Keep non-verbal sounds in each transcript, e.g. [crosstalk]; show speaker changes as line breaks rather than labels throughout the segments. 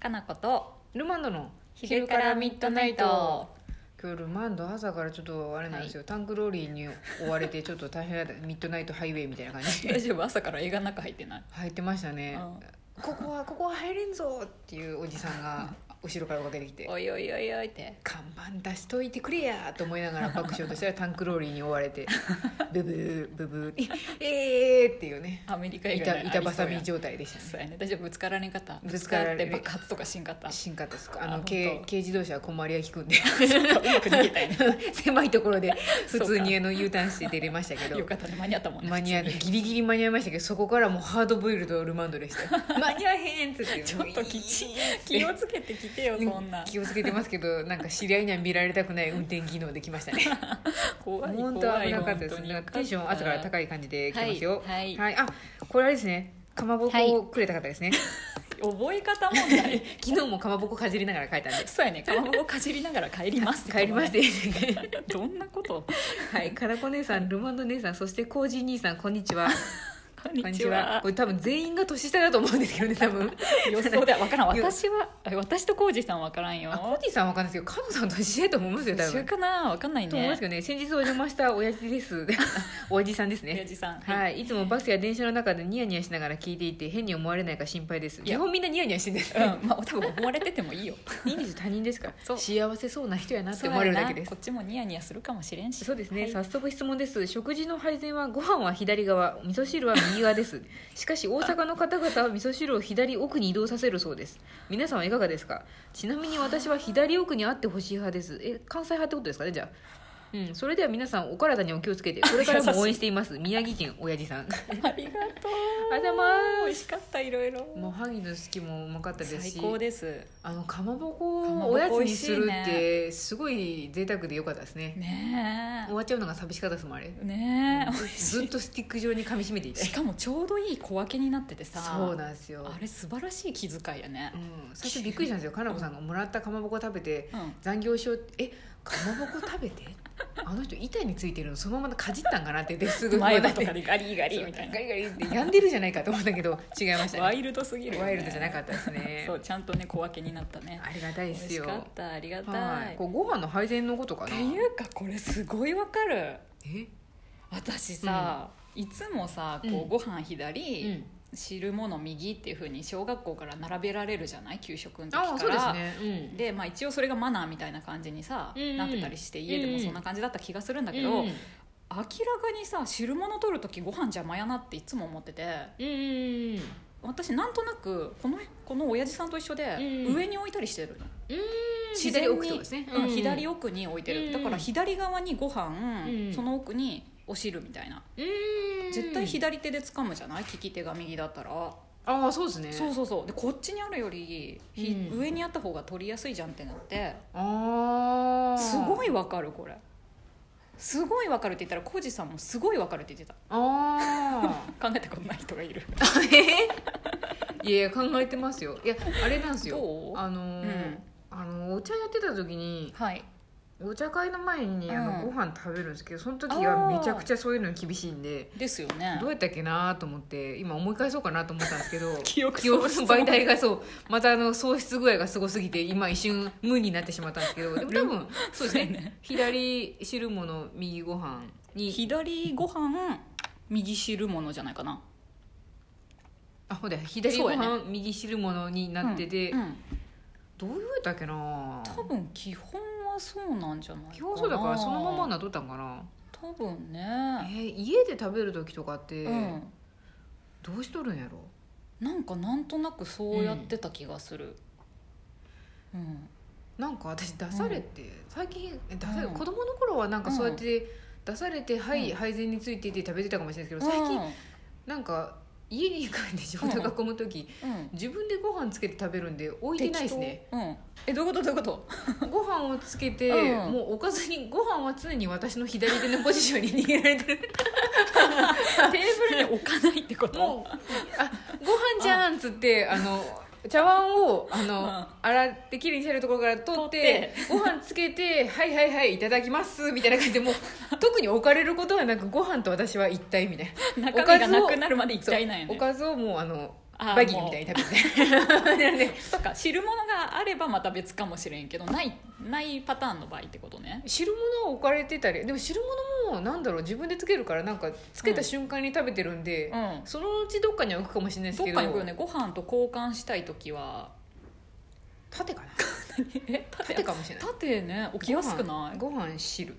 かなこと
ルマンドの
昼からミッドナイト
今日ルマンド朝からちょっとあれなんですよ、タンクローリーに追われてちょっと
[laughs]
大変だったミッドナイトハイウェイみたいな感じ
[laughs]
で
大丈夫朝から映画の中入ってない
入ってましたねここはここは入れんぞっていうおじさんが後ろから追いかけてきて
おいおいおいおいって
看板出しといてくれやと思いながら爆笑としたらタンクローリーに追わ
[laughs]
れてブブーブブーええーっていうね
アメリカ映画
板
に
板挟
あ
み
りそう
状態でした
や
ね
そうやね大丈夫ぶつかられんかった
ぶつかられ
ぶって爆発とかしんかった
進化です
あ
あ
本
の
当
軽軽自動車は小回りが利
[laughs]
くんで
うまく逃げたいね
[laughs] 狭いところで普
[laughs] そう
通
か
にあの U ターンして出れましたけど
よかったね間に合ったもんね
間に合
[laughs]
うギリギリ間に合いましたけどそこからもうハードボイルドルマンドでしたよ間に合えへんっつって
ちょっときち気をつけてきてよそんな
気をつけてますけどなんか知り合いには見られたくない運転技能できましたね
怖い
本当
怖
危
い
なかったです
本当に
ねテンション朝から高い感じで来てますよ
はいはい
あこれあれですねかまぼこをくれた方で
[laughs]
すね、
覚え方問題
昨日もかまぼこかじりながら帰った
[laughs]
んで
そうやねかまぼこかじりながら帰ります
[laughs] 帰りまして、
どんなこと
はい、かなこ姉さんルマンド姉さんそしてコージー兄さんこんにちは
こん
こん
に
に
ち
ちは
は
これ多分全員が年下だと思うんですけどね多
[laughs]
分
予想でわからん
[laughs] よ
私は私と浩二さんわからんよ
あコージーさんは分かんないですけどカノさん年下だと思いますよ多
一
分
緒かなわかんない
と思いま
ね
すけどね先日お邪魔した親父です [laughs] 親父さんです
親
ね
父さん
はい、い、つもバスや電車の中でニヤニヤしながら聞いていて変に思われないか心配です
いや
基本みんなニヤニヤしてるん
[laughs]
です
うんまあ多分思われててもいい
[laughs]
よ
ニヤニヤ他人ですから
そう
幸せそうな人やなって思われるだけです
こっちもニヤニヤするかもしれんし
そうですね、
はい
早速質問です食事の配膳はご飯は左側味噌汁は右側です
[laughs]
しかし大阪の方々は味噌汁を左奥に移動させるそうです皆さんはいかがですかちなみに私は左奥にあってほしい派ですえ関西派ってことですかねじゃあうん、それでは皆さんお体にお気をつけてこれからも応援してい
[laughs]
ます宮城県親父さん
ありがとう
ありがとうござ [laughs] います
美味しかったいろいろ
もう萩の好きもうまかったです
最
し
高です
あのかまぼこ
かまぼ
を
こ
おやつにする
美
っ
味しい
てすごい贅沢でよかったですね
ね
終わっちゃうのが寂しかったですもんあれ
えねえ美味し
ずっとスティック状に噛み締めてい
い
て
しかもちょうどいい小分けになっててさ
そうなんですよ
あれ素晴らしい気遣いやね
うん、最初びっくりしたんですよかなこさんがもらったかまぼこ食べて
うん
残業しようってえかまぼこ食
[laughs]
べてあの人板についてるのそのままかじったんかなって言ってすぐ
前歯
だ
とかでガリガリみたい
ガ
な
リガリってやんでるじゃないかと思ったけど違いました
ワ
ね
イルドすぎるよね
ワイルドじゃなかったですね
そうちゃんとね小分けになったね
ありがたい
美
で
味
す
し
よ
かったありが
は
た
い、
い
こうご飯の配膳のことか
っ
な
ていうかこれすごいわかる
え、
私さ、いつもさこうご飯左、
うん、
汁物右っていうふうに小学校から並べられるじゃない給食の時か
あ
ら
あそうですね
でまあ、一応それがマナーみたいな感じにさ、
うんうん
なってたりして家でもそんな感じだった気がするんだ
うん
けど、
うん
明らかにさ汁物取る時ご飯邪魔やなっていつも思ってて
うん
私なんとなくこのこの親父さんと一緒で
うん
上に置いたりしてるの、自然
左
に
奥ってことですね、
うん左
奥
奥に置いてる、
うん
だから左側にご飯、
うん
その奥にお汁みたいな絶対左手で掴むじゃない利き手が右だったら、
ああそうですね
そうそうそうでこっちにあるより、ひ
うん
上にあった方が取りやすいじゃんってなって
ああ
すご
い
いわかるこれすごいわかるって言ったら浩二さんもすごいわかるって言ってた
あ
考えたことない人がい
[laughs]
る
あいやいや考えてますよいやあれなんですよ
どう
あのー
うん
あのお茶やってた時に
はい
お茶会の前にあの、
うん
ご飯食べるんですけどその時はめちゃくちゃそういうの厳しいんで
ですよね
どうやったっけなと思って今思い返そうかなと思ったんです
[laughs]
けど
記憶
記憶の
喪失
媒体がそうまたあの喪失具合がすごすぎて今一瞬無になってしまったんですけどでも多分 [laughs] そうです
そうや
ね左汁物右ご飯に
左ご飯右汁物じゃないかな
あほんで左
そ
ご
うやね
飯、右汁物になってて、
うんうん
どういうやったっけな
多分基本はそうなんじゃないかな
基本そうだからそのままなっとったんかな、
多分ね
えー家で食べる時とかって
うん
どうしとるんやろ
なんかなんとなくそうやってた気がするうん、
なんか私出されて、最近え出され
うん
子供の頃はなんかそうやって出されて、はい
うん
配膳についてて食べてたかもしれないですけど最近
最
なんか家に帰って仕事が込む時、
近うん
自分でご飯つけて食べるんで置いてないですね
適当うんえどういうことどういうこと
ご飯をつけて、
うん
もうおかずにご飯は常に私の左手のポジションに握られてる
テーブルに置かないってこと
もうあご飯じゃんっつってあの茶碗をあの、
うん
洗ってきれいにしてるところから取ってご飯つけて「はいはいはいいただきます」みたいな感じでもう特に置かれることはなくご飯と私は一体みたいな
中身がなくなるまで一体なんや
お
ね
かずをもうあの
あー
バギーみたいに食べて
そっか汁物があればまた別かもしれんけどないないパターンの場合ってことね
[laughs] 汁物は置かれてたりでも汁物もなんだろう自分でつけるからなんかつけた瞬間に食べてるんで、
うん
そのうちどっかには置くかもしれないです
どっ
けど
かに行くよねご飯と交換したい時
[laughs]
は
縦かな
え
縦かもしれない
縦ね起きやすくない
ご飯汁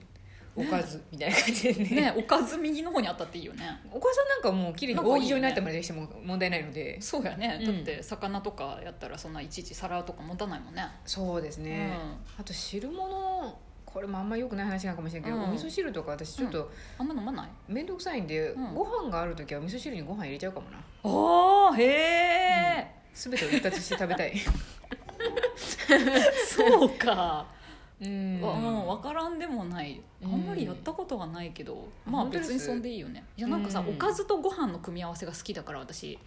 おかずみたいな感じでね
ねおかず右の方にあったっていいよね
[laughs] お母さんなんかもう綺麗に
なんかいいよね
扇状になってまでしても問題ないので
そうやね、
うん
だって魚とかやったらそんないちいち皿とか持たないもんね
そうですね、あと汁物これもあんまよくない話なのかもしれないけど、
うん
お味噌汁とか私ちょっと
あんま飲まない
面倒くさいんで、
うん
ご飯がある時はお味噌汁にご飯入れちゃうかもな
ああへえ、
全てを一括して食べ [laughs] たい [laughs]
そうか、
う
うんん、分からんでもないあんまりやったことはないけど、
うん
まあ
本当です
別にそんでいいよねいやなんかさ、
うん
おかずとご飯の組み合わせが好きだから私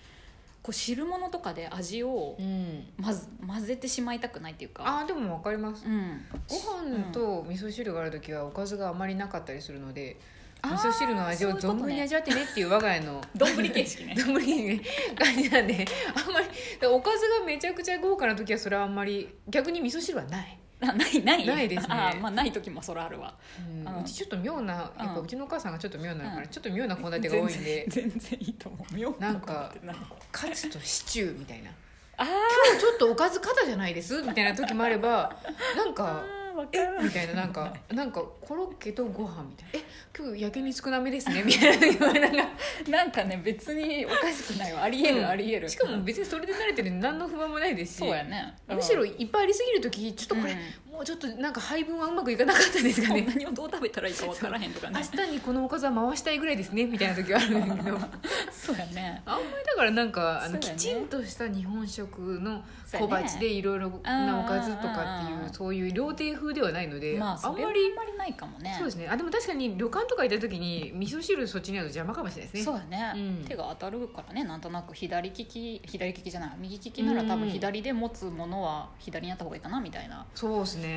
こう汁物とかで味を
うん
まず混ぜてしまいたくないっていうか
あーでも分かります [laughs]
うん
ご飯と味噌汁がある時はおかずがあまりなかったりするので、
あー
味噌汁の味を
そういうこ
存
とね
分に味わってねっていう我が家の
丼
[laughs]
形式ね
丼に感じなんであんまりだからおかずがめちゃくちゃ豪華な時はそれはあんまり逆に味噌汁はない、
あ [laughs] ないない
ないですね
あーまあない時もそらあるわ
うん
あー
うちちょっと妙なやっぱ
うん
うちのお母さんがちょっと妙なのから、
うん
ちょっと妙な献立が多いんで
全然全然いいと思う妙
なんか
ことってない
カツとシチューみたいな
あー
今日ちょっとおかず肩じゃないですみたいな時もあればなんか
あーわか
え
らん
みたいななんかなんかコロッケとご飯みたいなえ今日焼き肉少なめですねみたいな時もなん
[laughs]
か
なんかね別におかしくないわありえる、
うん
ありえる
しかも別にそれで慣れてるんで何の不満もないですし
そうやね
むしろ
うん
いっぱいありすぎる時ちょっとこれ、もうちょっとなんか配分はうまくいかなかったで
し
すか
かも
ね
何をどう食べたらいいかわからへんとかね
[laughs] 明日にこのおかずは回したいぐらいですねみたいな時はあるんだ [laughs] けどあんま
そうやね
りだからなんかあ
そ
の
うだ
き
ね
ちんとした日本食の
そう
小
やね
鉢でいろいろなおかずとかって
うんうんうん
いううんそういう料亭風ではないので、
まあ
あ
そ
ん
れは
まり
あんまりないかもね
そうですねあでも確かに旅館とか行った時に味噌汁そっちにあると邪魔かもしれないです
そ
ね
うやね、
うん
手が当たるからねなんとなく左利き左利きじゃない右利きなら多
う
分
ん
左で持つものは左にやった方がいいかなみたいな
そうですね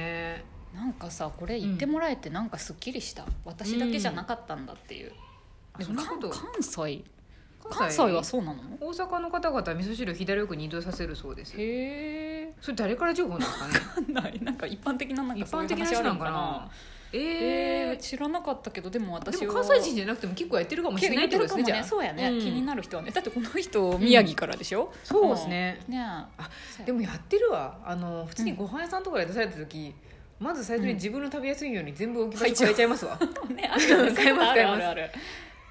なんかさこれ言ってもらえてなんかすっきりした、私だけじゃなかったんだっていう、
あ
で
そ
も
んなこ
関
と
関西関西はそうなの
大阪の方々は味噌汁を左奥に移動させるそうです
へえ
それ誰から情報なんですか [laughs] ね
ないなんか一般的ななん
一
かそうい
般
う
的な
話あ
人
る
なんの
か
かな
な
え
えー、
ー
知らなかったけどでも私
でも
は
関西人じゃなくても結構やってるかもしれないってことですねじゃあ
そうやね、
ん
気になる人はねだってこの人宮城からでしょ、
そうですね
うんねあ
でもやってるわあの普通にご飯屋さんとかで出された時、まず最初に自分の食べやすいように全部置き場所変えちゃい [laughs] ますわ、
ねあるよね
買えます
あるあるある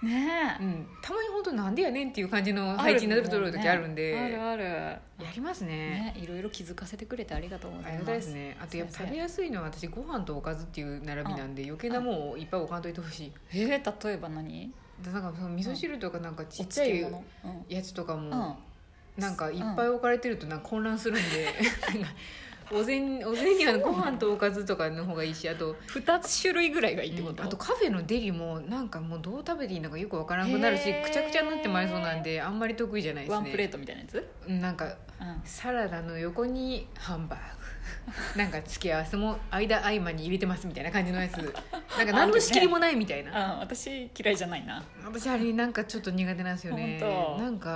ね
う
え
ん、たまに本当なんでやねんっていう感じの配置になるとる時あるんで
あるある
やりますね
ねいろいろ気づかせてくれてありがとうご
あ
ざ
り
いま
が
す
たいですねあとやっぱ
そうですね
食べやすいのは私ご飯とおかずっていう並びなんで余計なもんをいっぱい置かんといてほしい
えー、例えば何
でなんかその味噌汁とかなんかち
お
っちゃい
漬物うん
やつとか
うん
もなんかいっぱい置かれてるとなんか混乱するんでなんかお膳お膳にはご飯とおかずとかの方がいいしあと
2つ種類ぐらいがいいってこ
うん
と、
あとカフェのデリもなんかもうどう食べていいのかよくわからなくなるし
へー
くちゃくちゃになってまいそうなんであんまり得意じゃないですね
ワンプレートみたいなやつ、
うんなんか
うん
サラダの横にハンバー
[laughs]
グなんか付け合わせも間合間に入れてますみたいな感
[laughs]
じのやつなんか何の仕切りもないみたいな、
あ私嫌いじゃないな、
私あれなんかちょっと苦手なんですよね
本当
なん
う
か、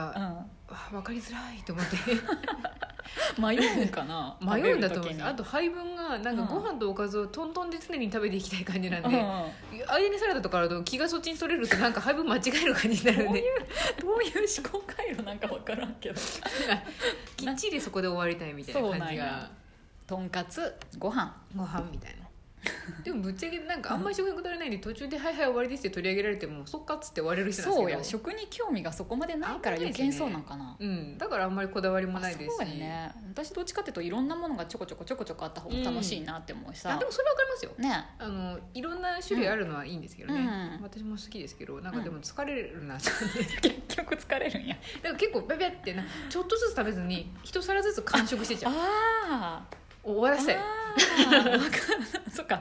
わ分かりづらいと思って
ん、 [laughs] 迷うんかな
迷うんだと思うん
食べる時
です
に
あと配分がなんか
うん
ご飯とおかずをトントンで常に食べていきたい感じなんで、
うん
間にサラダとかあると気がそっちにそれるとなんか配分間違える感じになるんで
どういう思考回路なんか分からんけど
きっちりそこで終わりたいみたいな感
そうなん
じ
や
が
とんかつご飯
ご飯みたいなでもぶっちゃけなんかあんまり食欲取れないんで途中で「はいはい終わりです」って取り上げられてもそっかっつって終われる人なんですけ
そ
ど
うや食に興味がそこまでないから
あんま
余
りですね
計そうなんかな
うん、だからあんまりこだわりも
あ
ないですし
そうやね私どっちかっていうといろんなものがちょこちょこちょこちょこあった方が楽しいなって思うし
あ
さ
で、もそれわかりますよ
ね
あのいろんな種類あるのはいいんですけどね、
うん
私も好きですけどなんか
うん
でも疲れるな、だか
結局疲れるんや
ら結構ビャビャってなちょっとずつ食べずに一皿ずつ完食してちゃう
ああ
終わらせたい
わかん [laughs] そっか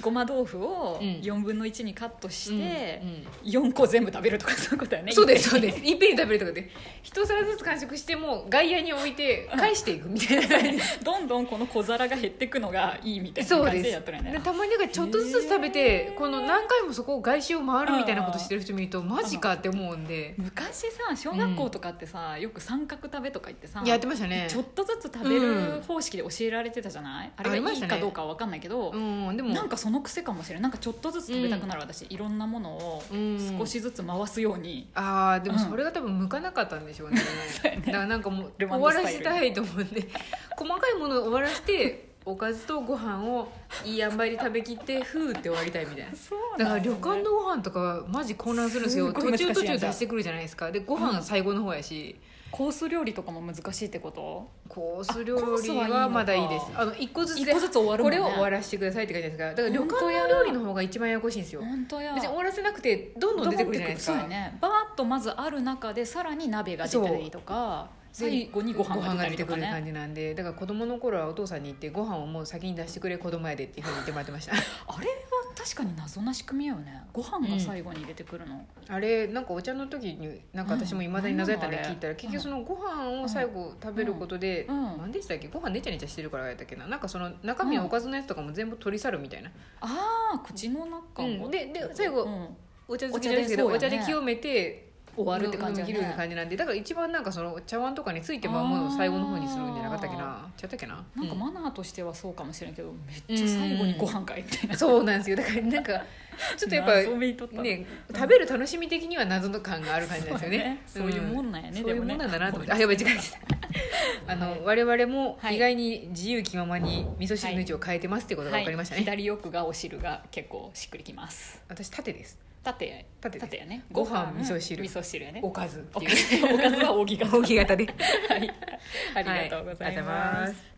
ごま豆腐を
うん
4分の1にカットし
うん
て
う、ん
4個全部食べるとかそういうことだよね
そうですそうですいっぺんに食べるとかで一皿ずつ完食してもう外野に置いて返していくみたいな感
[laughs]
じ
どんどんこの小皿が減ってくのがいいみたいな
そう
感じ
です
でやっとるよね
でたまになんかちょっとずつ食べて、この何回もそこを外周を回るみたいなことしてる人見るとマジかって思うんで、
昔さ小学校とかってさ、よく三角食べとか言ってさ
やってましたね
ちょっとずつ食べる方式で教えられてたじゃない、あ
あ
れ
り
が
ま
い
し
い
たね
かどうかは分かんないけど、
うんでも
なんかその癖かもしれないなんかちょっとずつ食べたくなる私、いろんなものを
うん
少しずつ回すように、
ああでも
うん
それが多分向かなかったんで
[laughs]
しょうね,、
うやね
だからなんかもう終
ルマンド
わ
スタイ
ら
ル
せたいと思うんで細かいものを終わらせておかずとご飯をいい塩梅で食べきってふーって終わりたいみたいな
そう
だ
な
か
ん
ら
よね
旅館のご飯とかはマジ混乱するんですよ
すごい
途
難しい
中
やつ
途中出してくるじゃないですかでご飯最後の方やし、
コース料理とかも難しいってこと
コース料
あコース
理
はいいの
は
か
まだいいですあの一個ずつで
一個ずつ終わるも
こ
んね
れを終わらせてくださいって感じですからだから旅
本当
館
や
の料理の方が一番ややこしいんですよ
本当や
別に終わらせなくてどんどん出てくるじゃないです
そう
か
やねバーッとまずある中でさらに鍋が出たりとか
そう
最後にご飯が出たりとか
ご飯が出てくる
ね
感じなんでだから子供の頃はお父さんに言ってご飯をもう先に出してくれ子供やでっていうふうに言ってもらってました
[laughs] あれは確かに謎な仕組みよねご飯が最後に出てくるの、
あれなんかお茶の時になんか私もいまだに謎やったんで
うん
聞いたら結
うん
局そのご飯を最後食べることで
うんうん
何でしたっけご飯ねちゃねちゃしてるからやったっけななんかその中身のおかずのやつとかも全部取り去るみたいな
ああ口の中を、
うんでで最後
うん
お茶好きじゃないですけど
お
お
茶
茶
でそうやね
で清めて
終わるって感じ
飲
だ
み切る
ね
感じなんでだから一番なんかその茶碗とかについてまうものを最後の方にするんじゃなかったっけなちゃったっけな
なんか
う
マナーとしてはそうかもしれんけどめっちゃ最後にご飯かいみ [laughs] たいな、
そうなんですよだからなんかちょっとやっぱ
謎めいとった
ね、食べる楽しみ的には謎の感がある感じなんですよね。
そういうもんなんやね
そういう
でもね
もんなんだなと思って。あ、やばい、時
[laughs]
間ですあの、我々も
はい
意外に自由気ままに味噌汁の位置を変えてますってことが分かりましたね。
はい、左奥がお汁が結構しっくりきます
私縦です。
縦
縦です
やね
ご飯味噌汁
味噌汁やね
おかずって
お
い
か
う。
ずおかずは扇形 [laughs]
扇形で。
はいありがとうございます
はいありがとうございます